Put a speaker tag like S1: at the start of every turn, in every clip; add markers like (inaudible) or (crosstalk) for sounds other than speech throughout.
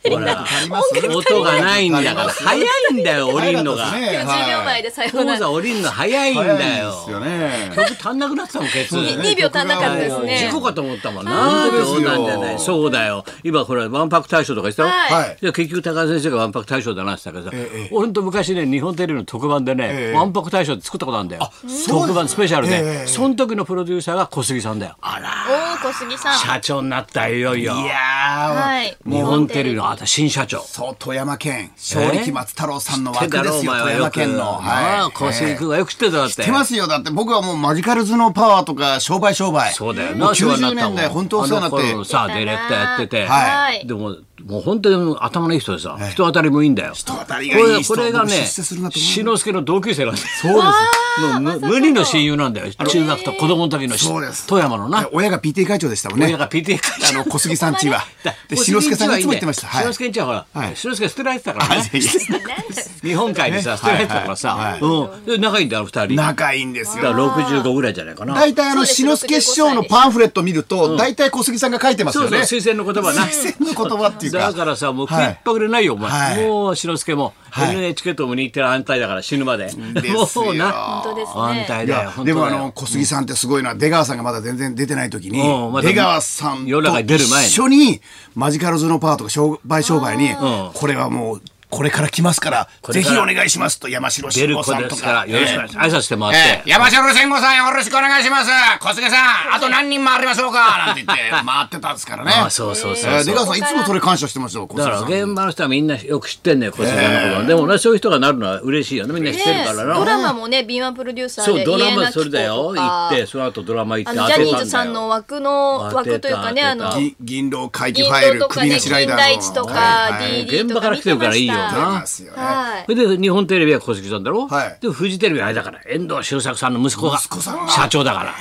S1: ほら
S2: 足ります
S1: 音がないんだから
S2: 足り
S1: 早
S2: ます
S1: いんだよ降りるのが
S2: 早
S3: で
S2: かったで
S3: も
S2: すね
S3: 10秒前でさよう
S1: 高
S3: なら
S1: 座降りるの早いん
S2: はい
S1: だ
S2: 早い
S1: よ
S2: ですよね
S1: 曲足んなくなってたもんケツ
S2: そうですね
S3: 2秒足んなかったですね
S1: 事故かと思ったもんな
S2: 本当です
S1: 冗
S2: よ
S1: 談じゃないそうだよ今これわんぱく大賞とか言ってたよ
S3: はい
S2: はい
S1: で結局高田先生がわんぱく大賞だなって言ったけどさ
S2: ええ
S1: 俺んと昔ね日本テレビの特番で
S2: え
S1: ね
S2: え
S1: わんぱく大賞って作ったことあるんだよ特番スペシャル
S2: え
S1: で
S2: え
S1: その時のプロデューサーが小杉さんだよ
S3: おお小杉さん
S1: 社長になったよいよいよ
S2: いや
S3: はい
S1: 日本テレビのあた新社長
S2: ーそう富山県勝力松太郎さんの枠ですよ富山県の
S1: なあ
S2: はい
S1: 小杉君がよく知ってただって
S2: 知ってますよだって僕はもうマジカルズのパワーとか商売商売
S1: そうだよ
S2: も
S1: な
S2: う90年代
S1: もん
S2: 本当お世話に
S1: あの
S2: な
S1: 頃
S2: って
S1: さディレクターやってて
S2: はい
S1: でももう本当に頭のいい人でさ人当たりもいいんだよ
S2: 人当たり
S1: こ
S2: がい
S1: れ
S2: い人
S1: これが
S2: 僕出
S1: ね
S2: 世するなと思う
S1: 志の輔の同級生なんだよ
S2: そうで
S1: も
S2: す
S1: う無無二の親友なんだよ中学と子供の時のし
S2: そうです
S1: 富山のな
S2: 親が PTA 会長でしたもんね
S1: 親が PTA 会長
S2: あの小杉さんちは
S1: だ
S2: で志の輔さんがいつも言ってました
S1: 志の輔んちはほら
S2: はい
S1: 志の輔捨てられてたからね
S2: はい
S3: なんだ
S1: 日本海にさ捨てられてたから
S2: は
S1: さ
S2: い
S1: うんで仲いいんだよ二人だか
S2: 仲いいんです
S1: ら
S2: よ
S1: 65ぐらいじゃないかな
S2: 大体あ
S3: そう
S2: の
S3: です
S2: 志の輔師匠のパンフレット見ると大体小杉さんが書いてます
S1: そう
S2: よ
S1: そ
S2: ね
S1: う推薦の言葉な
S2: 推薦の言葉っていうか
S1: だからさもう食い
S2: は
S1: っぱぐれないよ、お前、
S2: はい
S1: もう志の輔も、
S2: はい
S1: NHK ともに行ってる反対だから死ぬまで
S2: ですよ
S1: もうな
S3: 本当です
S1: 反
S3: ね
S1: 対
S2: い
S1: だよ
S2: や
S1: 本
S2: で
S1: 当
S2: もあ
S1: だよ
S2: の小杉さんってすごいのは出川さんがまだ全然出てない時に
S1: うんまだ
S2: 出川さん
S1: 世の中
S2: と
S1: に出る前に
S2: 一緒にマジカルズのパートが商売商売にこれはもうこれから来ますから
S1: れ
S2: ぜ
S1: から
S2: ひお願いしますと山城
S1: 出
S2: 慎
S1: る
S2: 吾
S1: 子
S2: さん
S1: で
S2: と
S1: すから
S2: か
S1: よろしくお願いします挨拶して回って、
S2: 山城慎吾さんよろしくお願いします小杉さ
S1: (laughs)
S2: んあと何人回りましょうかなんて言って回ってたんですからね
S1: ああそうそうそうそう、
S2: えー出川さんいつもそれ感謝してますよ小
S1: だ
S2: 杉
S1: か
S2: さ
S1: ら
S2: ん
S1: 現場の人はみんなよく知ってんねよ小杉さんのこと、でもなそういう人がなるのは嬉しいよねみんな知ってる
S3: ね
S1: からな、
S3: ドラマもね敏腕プロデューサー
S1: そう
S3: で
S1: ドラ
S3: 家
S1: マ
S3: なき子
S1: それだよ
S3: と
S1: 行
S3: か
S1: ってその後ドラマ行っ
S3: あ
S1: て
S3: の
S1: 当
S3: ジ
S1: てたんだよ
S3: ャニーズさんの枠の枠というかねあ
S1: 当てた
S3: の
S1: 当てた
S2: 銀銀狼会議
S3: 銀
S2: ファイ
S3: 行
S2: ル
S3: とか
S2: 首
S3: ね
S2: なしライ
S3: 金
S2: ダ
S3: 田
S2: ー
S3: 一と
S2: の
S3: か
S2: はいはい
S3: DD
S1: 現場
S3: とか
S1: から
S3: 見
S1: 来て
S3: て
S1: るか
S3: ま
S1: らいい
S3: し
S1: よ
S3: た
S1: な
S2: ますよね
S3: はい
S1: それで日本テレビは小杉さんだろ、
S2: はい
S1: でフジテレビはあれだから遠藤周作さんの息子が
S2: 息子さんが
S1: 社長だから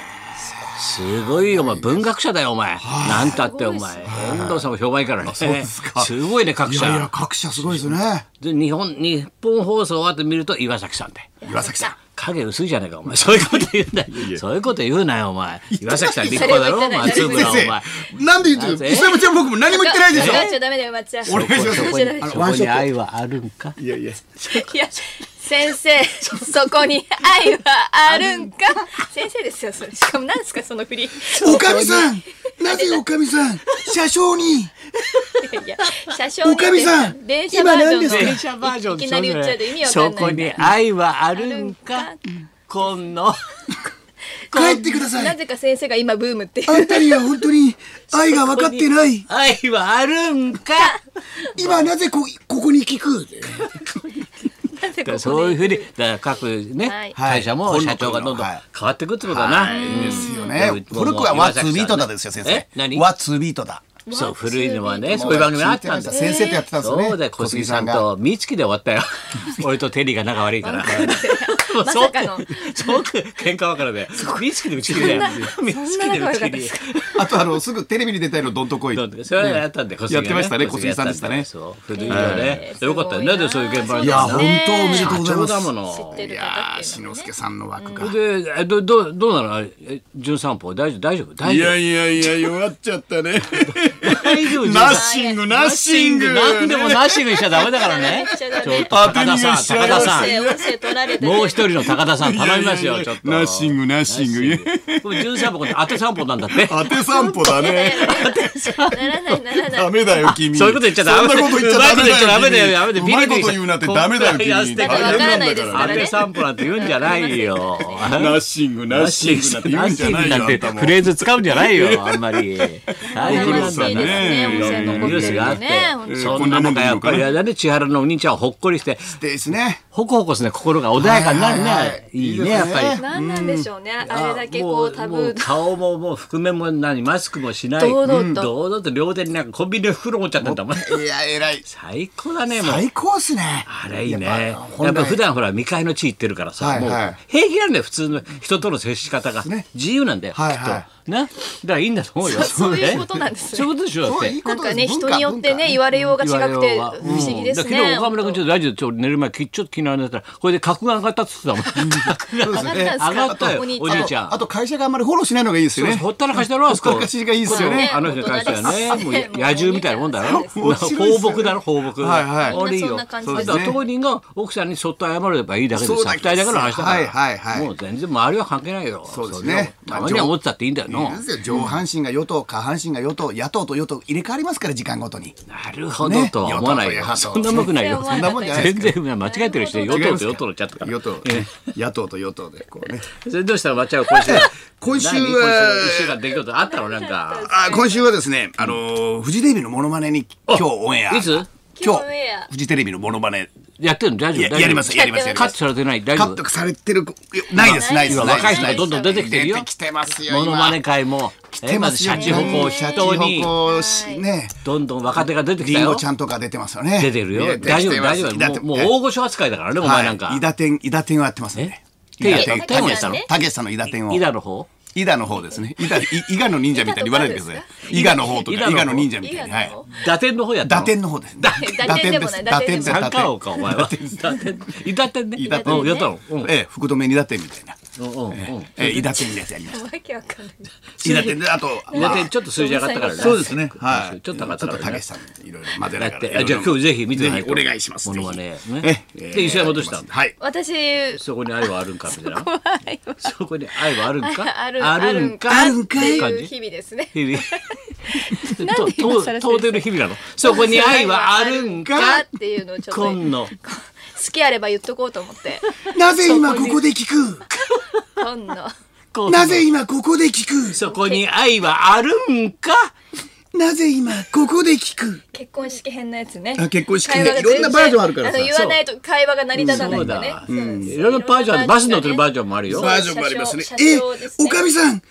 S1: すごいよお前文学者だよお前なんたってお前遠藤さんも評判いいからね
S2: そうですか
S1: すごいね各
S2: い
S1: 社
S2: やいや各社すごいですね
S1: で日本日本放送はと見ると岩崎さんで
S2: 岩崎さん
S1: 影薄いじゃないかお前そういうこと言うなよそういうこと言うなよお前岩崎さん立派だろ
S3: それは言ってない
S1: 松村お前
S2: 先生なんで言ってる
S1: なぜ
S2: 磯山ちゃん僕も何も言ってないでしょ
S3: マッチョダメだよマッチョ
S2: お願いします
S3: マッチョダメだよ
S1: そこに愛はあるんか
S2: いやいや
S3: いや先生そこに愛はあるんか先生ですよそれしかも何ですかその振りい
S2: おかみさんなぜおかみさん車掌に
S3: やいや車掌に
S2: おかみさん
S3: 電車バージョン
S2: 今何
S3: の
S2: ですか
S1: 電車バージョン
S3: いきなり言っちゃうと意味わかん
S1: そ
S3: ない
S1: こに愛はあるん
S3: ある
S1: か
S3: ん
S1: この
S2: 帰ってくださ
S3: ないぜか先生が今ブームっていう
S2: あんたには本当に愛が分かってない
S1: 愛はあるん (laughs) か
S2: 今なぜこここに聞く
S3: なぜここで
S1: そういうふうにだから各ね、
S3: はい
S1: 会社も
S2: はい
S1: 社長がどんどん
S2: はい
S1: 変わっていくってことだな、
S2: ですよ
S1: うん
S2: ねこれはワツビートだですよ先
S1: え
S2: 生
S1: 何
S2: ワツビートだ
S1: そう
S3: わ
S1: 古いのは
S3: つい
S1: ね
S3: に
S1: そういう番組あったんだよ
S2: 先生とやってたんですよね
S1: そうだよ小杉さんと美月で終わったよ (laughs) 俺とテリーが仲悪いから (laughs)
S3: まさかの
S1: すごく喧嘩別れで美月で打ち切りだよ美月で打ち切り
S2: あとあのすぐテレビに出たいのどんとこい
S1: そうそれはやったんで小杉がね
S2: やってましたね小杉さんでしたね
S1: そう古いよね
S3: えー
S1: よかったよ
S3: すごいな
S1: ねでそういう現場に
S2: いや本当おめで
S1: 社
S2: とうござい
S1: 長
S2: ます
S1: だもの
S3: 知って
S2: い
S3: る
S2: や
S3: 方
S2: ー
S3: ってい
S2: 志
S3: うの
S2: の
S3: はね
S2: 輔さんの枠が
S1: でえどどうどうなのあれえ純散歩大丈夫大丈夫大
S2: い
S1: 丈夫
S2: やいやいや弱っちゃっ
S1: (laughs)
S2: たね
S1: 大丈夫純
S2: ナ
S1: 散
S2: ッ
S1: 歩
S2: シングナッシング
S1: 何でもナッシングしちゃダメだからね。
S3: しちゃダメ
S1: ちょっと高田さん、高
S2: 当て逃げしちゃ
S1: 田
S2: うよ
S1: さ
S3: 音声音声取られ
S1: ん。
S3: て
S1: もう一人の高田さん頼みます
S2: いや
S1: よ、
S2: い
S1: ち
S2: や
S1: ょっ
S2: いや
S1: と。
S2: ナッシングナッシング
S1: これ13歩、これ当て散歩なんだって。
S2: 当て散歩だね
S3: ならないならない
S2: ダメだよ君
S1: そういうこと言っちゃダメ
S2: そんなこと言っちゃダメだよ
S1: うまいこと言っちゃダメだよやめて
S2: 君うまいこと言うなってダメだよ
S1: ビリビリ
S2: 君
S1: させて
S2: 大変んだ
S3: わ
S1: 当
S3: からない
S1: て
S3: です
S1: 散歩なんて言うんじゃないよ。
S2: ナッシングナッシングなんて言うんじゃない
S1: ナッシング
S2: よ
S1: なんて
S2: あんたも
S1: フレーズ使うんじゃないよ、あんまり。大変なんだ
S2: ご苦労さんね
S1: いろいろニュースがあって
S3: ね。
S1: そんな中、やっぱりあれだね、千原のお兄ちゃんはほっこりして、
S2: ですね
S1: ほこほこですね、心が穏やかになる
S2: はいはいは
S1: ね。
S2: い
S1: いいね、やっぱり。
S3: 何なんでしょうねあれだけこうタブ
S1: もうもう
S3: ーだ
S1: 顔ももう覆面も何マスクもしない
S3: 堂々と
S1: 堂々と両手になんかコンビニの袋持っちゃってんだもん
S2: いや偉い
S1: 最高だねもう
S2: 最高っすね
S1: あれいいね
S2: やっ
S1: や
S2: ぱ
S1: っ
S2: 本
S1: ぱ
S2: 来
S1: 普段ほら未開の地行ってるからさ、
S2: はいはい
S1: もう平気なんだよ普通の人との接し方が
S2: そうですね
S1: 自由なんだよ、
S2: はい
S1: きっと、
S2: は
S1: なだからいいんだと思うよ
S3: そうそういう
S1: ね
S3: ことなんですね
S1: そういうことでしょだって
S2: いいこ
S3: な
S2: と
S3: ん
S2: で
S3: か
S2: す
S3: ね人によってね言われようが違くて不思議です
S1: だから昨
S3: ね
S1: 日岡村君ちょっとラジオちょっと寝る前きちょっと気にならなかったらこれで格が上がったって言って (laughs) たもん格が
S2: そうですね
S1: 上がったよ
S3: お
S1: お
S3: 兄ちゃん
S1: じいちゃん
S2: あと会社があんまりフォローしないのがいいですよ
S1: そう
S2: ね
S1: ほったらかしだろあそ
S2: ったかしがいいですよね。
S1: あの人に対してはね、
S3: そう
S1: もう
S3: で
S1: (laughs)
S3: す
S1: 野獣みたいなもんだろ。
S2: 面白いですよね
S1: 放牧だろ、放牧。
S2: はいはい
S1: あれいい
S3: みんなそん
S1: よ。
S3: な感じ
S1: そ
S3: で
S1: れ
S3: す
S1: だから当人が奥さんにそっと謝ればいいだけで
S2: そう
S1: さ、
S2: だ
S1: 二人だけの話だから。
S2: はいはいはい
S1: もう全然周りは関係ないよ。
S2: そうですね
S1: それをたまには思ってたっていいんだよ
S2: いい
S1: な
S2: で。すよ上半身が与党、下半身が与党、野党と与党入れ替わりますから、時間ごとに。
S1: なるほどとは思わないよ
S2: ね。与党
S1: そんなうまくないよ。
S3: そん
S2: なもんじゃない
S1: 全然間違えてる人、与党と与党のちゃったから。
S2: 与党、野党と与党で、こうね。
S1: それどうしたら抹茶を今週。
S2: 今週は
S1: 何今週の一週間できることあったのなんか。
S2: あ今週はですね、あのーフジテレビのモノマネに今日オンエア。
S1: いつ
S2: 今
S3: 今日オンエア
S2: 日、フジテレビのモノマネ、
S1: やってるの大丈夫
S2: や
S1: 大丈夫
S2: やります、やります、やり
S1: カ
S2: ま
S1: ット
S2: す。
S1: されてない大丈
S2: カッ
S1: 夫
S2: トされてる、いやないです、ないです。
S1: 今
S2: ないです
S1: 若い人がどんどん出てきてるよ
S2: 出。てきてますよ。
S1: モノマネ
S2: 今。
S1: 界も。
S2: 来て
S1: えま
S2: ま
S1: ず
S2: す
S1: シ
S2: よ。
S1: ャチホコを
S2: シ
S1: 筆
S2: ャチ
S1: 頭に
S2: ホ。コしね。
S1: どんどん若手が出てき
S2: リ
S1: た
S2: ンゴ
S1: よ
S2: ち。ゃんとか出てますよね。
S1: 出てるよ。
S2: ね
S1: 大丈夫、大丈
S2: 出てきてます
S1: 夫。もうもう大御所扱いだからね、お前なんか
S2: はい。伊。田天、伊田天をやってますね。
S1: え
S2: 伊田天
S1: 手手
S2: たけ
S1: も
S2: し
S1: や
S2: さ
S1: った
S2: ん
S1: の
S2: の、たけしさんの伊田天を。
S1: 伊田の方
S2: 伊賀の方ですね。伊賀、い伊賀の忍者みたいに言わないでください。伊賀の方と
S1: 伊賀
S2: か、
S1: の方
S2: 伊賀の忍者み
S3: い
S2: たい
S3: や
S2: に。はい。
S1: 打点の方やった
S2: 打
S1: の
S2: 点の方ですね。
S3: 打点でもない
S2: 打点です。
S1: 三
S2: 打
S1: 冠
S2: 点
S1: 王か、お前は。打点。伊田点ね。
S2: 伊達天
S1: うんやったの。うん。
S2: ええ、福留にだってみたいな。
S1: うんうんうん。
S2: ええ、伊賀天のやつやりました。
S3: わけわかんない。
S2: 伊賀天で、あと、
S1: 伊
S2: ま
S1: 田
S2: あ
S1: 点ちょっと数字上がったからね。
S2: そうですね。はい。
S1: ちょっと上がった
S2: ちょ
S1: から
S2: っとたけ
S1: ね
S2: し。さん、いろいろ混ぜ
S1: や
S2: な
S1: っ
S2: がら。
S1: て、あじゃあ今日ぜひ見てない
S2: ぜひお願いします
S1: ものはね。ね
S2: え
S1: で、磯山どうした
S2: はい。
S3: 私、
S1: (laughs) そこに愛はあるんかみたいな。
S3: はい
S1: そこに愛はあるんか
S3: あ
S1: (laughs)
S3: る
S1: あるんか
S3: あるんかって
S1: って感
S3: いう
S1: じ
S3: 日々ですね。
S1: 日々。
S3: なんで今更
S1: ととてる日々なの。そこに愛はあるんか
S3: っ。ていうのをちょっと
S1: 今の。
S3: 好きあれば言っとこうと思って。
S2: なぜ今ここで聞く
S3: 今の
S1: 今
S2: なぜ今ここで聞く
S1: そこに愛はあるんか。
S2: なぜ今ここで聞く
S3: 結婚式編のやつね。
S2: あ結婚式編
S3: 会話が
S2: いろんなバージョンあるからさ
S3: 全然あの言わないと会話が成り立たないんでね。
S1: いろんなバージョンある。バスに乗ってるバージョンもあるよ。
S2: バージョンもありますね
S3: 社。長
S2: え
S3: 社長で、す
S2: お
S3: ね
S2: かみさん、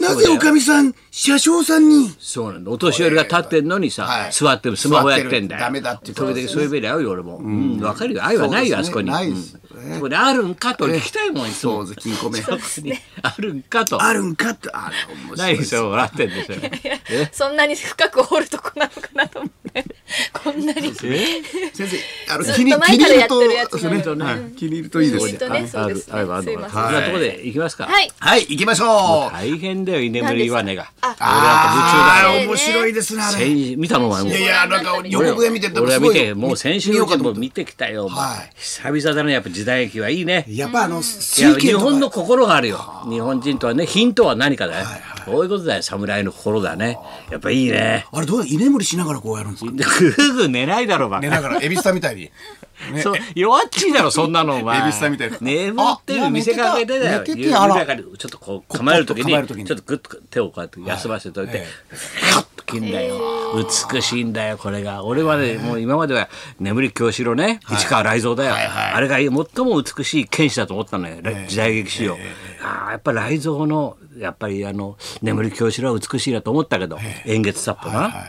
S2: なぜおかみさん、車掌さんに。
S1: そうなんだ。お年寄りが立ってんのにさ、
S2: はい
S1: 座ってスマホやってんだよ。
S2: 座ってるダメだって
S1: 時々そういう目に合うよ、俺も。うん、わかるよ。愛はないよ、あそ
S2: そ
S1: こ
S2: うで
S1: に。
S2: すねないです
S1: うんそこにあるんかと俺聞きたいもん、いつ
S2: そ
S1: も。
S2: う
S1: そ
S2: です、金庫目。
S1: こに (laughs) あるんかと。
S2: あるんかって、あれ、面
S1: な
S2: 白い
S1: い
S2: で
S1: ですす
S2: よ。
S1: よ、笑ってんですよ。え
S3: そんなに深く掘るとこなのかなと思って。 (laughs) こんなに。
S1: え
S2: 先生、あの、
S3: ずっと
S2: 気に
S3: 前からやってるやつ
S2: 気に入
S3: なのに
S2: るとそうねはい気に入るといいです
S3: 気に
S2: ね
S3: 入ると。ねそうですね
S1: あるあるあるのかな
S3: すいま
S1: そん
S2: せん
S1: なとこで行きますか。
S3: はい。
S2: はい、行きましょう。
S1: 大変だよ、居眠り岩根が。
S3: あ
S2: あ
S3: 俺なんか夢中だ
S2: あ、
S3: よ
S2: 面白いですね、あれ。い
S1: 先見たのお前も
S2: やいや、なんか予告で見てると
S1: 俺は
S2: す
S1: 見
S2: ごい
S1: て、もう先週
S2: 見よ
S1: の
S2: うかと
S1: も
S2: 思っ
S1: 見てきたよ。
S2: はい
S1: 久々だね、やっぱ時代劇はいいね。
S2: やっぱあの、
S1: いや
S2: 水
S1: 日
S2: 系
S1: 本の
S2: の。
S1: 心があるよ日本人とはね品とは何かだよ、そういうことだよ侍の心だねやっぱいいね
S2: あれ、どう居眠りしながらこうやるんですか
S1: (laughs) ぐーぐー寝ないだろば、
S2: 寝ながら、エビスタみたいに。
S1: そう弱っち
S2: (laughs)
S1: いだろそんなのお前
S2: 恵比寿さんみたいな
S1: 眠ってる見せかけてだよ
S2: あいや寝てた
S1: 夕
S2: 寝てたあら
S1: 暮れ明かりちょっとこう構える時
S2: こう構え
S1: に
S2: る時に
S1: ちょっとグッと手をこうやって休ませておいて、
S2: え
S1: カッと切んだよ美しいんだよこれが俺はねもう今までは眠り京四郎ね市川雷蔵だよ、
S2: はいはい
S1: あれが最も美しい剣士だと思ったのよ、時代劇史上、ああやっぱ雷蔵のやっぱりあの眠り京四郎は美しいなと思ったけど円月殺法な、
S2: は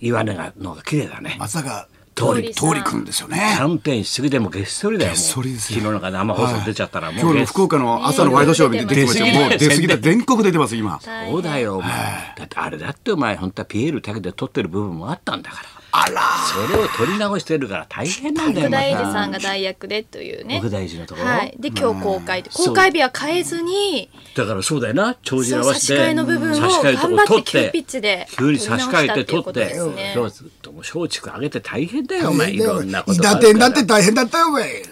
S2: い
S1: 岩根がの方が綺麗だね
S2: まさか、
S1: 通
S3: り
S2: 通りくんですよね
S1: キ。ャンペーンしすぎでもげっそりだよ。もう
S2: げっそりですよ
S1: 昨日なんか生放送出ちゃったら、も
S2: 今
S1: う
S2: 日
S1: げ
S2: の
S1: っ
S2: 福岡の朝のワイドショー見て出てきましたよ。
S1: ね
S2: もう出過ぎだ。全国出てます、今。
S1: そうだよ、お前。だってあれだってお前、本当はピエールだけで撮ってる部分もあったんだから。
S2: あら。
S1: それを撮り直してるから大変なんだよ、
S3: 奥
S1: ま
S3: 田瑛二さ
S1: た。
S3: んが代役でというね。
S1: 奥田瑛二のところ
S3: はい。で、今日公開。公開日は変えずに、
S1: だからそうだよな、長寿
S3: そ
S1: 合
S3: の
S1: わ
S3: 差
S1: せ。
S3: して替えの部分を頑張って急ピッチで
S1: 急に差し替えて撮っ
S3: 撮り直したっていうこと
S1: て
S3: ですね。
S1: そうずっともう松竹上げて大変だよ、お前。いろんなこと
S2: 伊
S1: があ
S2: 達
S1: るから。
S2: 店だって大変だったよ、お
S1: (laughs)
S2: 前。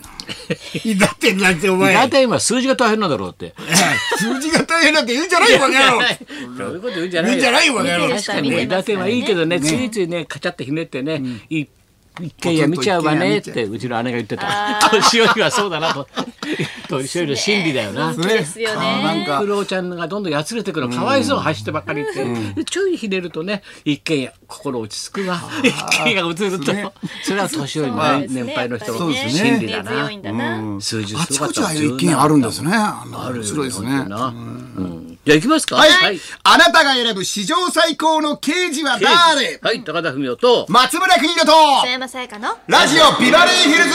S2: 伊達店なんて、お
S1: 伊
S2: 前
S1: 達。天は数字が大変なんだろうって。
S2: 数字が大変なんて言うんじゃないわけやろ。
S1: (laughs) そういうこと言うんじゃないよ。
S2: 言うんじゃないわね
S1: 確かにね、伊達はいいけどね、ついついね、カチャってひねってね、い一軒家見ちゃうわねって、うちの姉が言ってた。 (laughs) 年寄りはそうだなと。 (laughs) 年寄りの心理だよな。
S3: そうですよね
S2: なん
S1: ク
S2: か、
S1: ロちゃんがどんどんやつれてくるのかわいそう走ってばっかりって、でちょいひねるとね一軒家心落ち着くわ (laughs) 一軒家が映ると、それは年寄り
S3: そ
S1: の、
S3: う
S1: ね、
S3: ですね
S1: 年配の人
S2: そう
S1: の
S2: です
S1: 心
S2: ね
S1: 理だ
S3: 根強いん
S1: な
S3: だな。
S1: 数字
S2: あ
S1: す
S2: ち
S1: ごか
S2: こ
S1: っ
S2: ち
S1: た
S2: ああいう一軒あるんですね。
S1: あるよ
S2: 面白いですね。
S1: なうんじゃあ行きますか
S2: はい。あなたが選ぶ史上最高の刑事は誰
S1: はい、高田文夫と。
S2: 松村邦洋と、
S3: 磯山さやかの
S2: ラジオビバリーヒルズ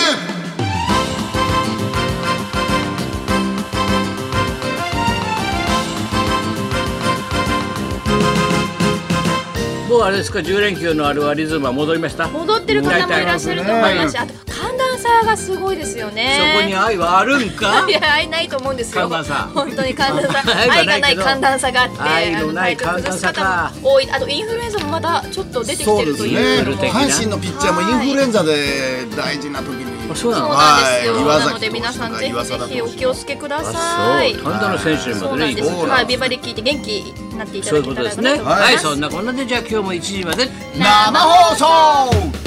S1: もうあれですか、10連休のあれはリズムは戻りました。
S3: 戻ってる方もいらっしゃると思いますし、あと寒暖さがすごいですよね
S1: そこに愛はあるんか
S3: (laughs) いや愛ないと思うんですよ。
S1: 寒暖差
S3: 本当に寒暖
S1: (laughs)
S3: 差。
S1: 愛
S3: 愛
S1: が
S3: が
S1: な
S3: ない
S1: け
S3: い
S1: ど
S3: 寒暖差があって、
S1: 愛のない
S3: あの体調崩す
S1: 寒暖
S3: 方
S1: 差
S3: も多い。あとインフルエンザもまだちょっと出てきてるという
S1: そう
S3: の
S1: です
S3: も。
S1: ね
S2: 阪神のピッチャーもインフルエンザで大事な時
S1: あ
S2: に
S1: そうな
S3: そ
S1: の
S3: う
S1: あ
S3: なんですよ。
S2: はい
S3: なので皆さんぜひぜひお気をつけくださ
S1: そう
S3: い。
S1: 単打の選手に
S3: そ
S1: ま
S3: う
S1: で
S3: な
S1: ね
S3: んです。
S1: 行こう
S3: まあビバリー聞いて元気になっていた
S1: そうい
S3: だ
S1: うこ
S3: け
S1: と
S3: た
S1: で
S3: ら
S1: す
S3: な
S1: ね
S3: と思います。
S1: はいそんなこんなでじゃあ今日も1時まで
S2: 生放送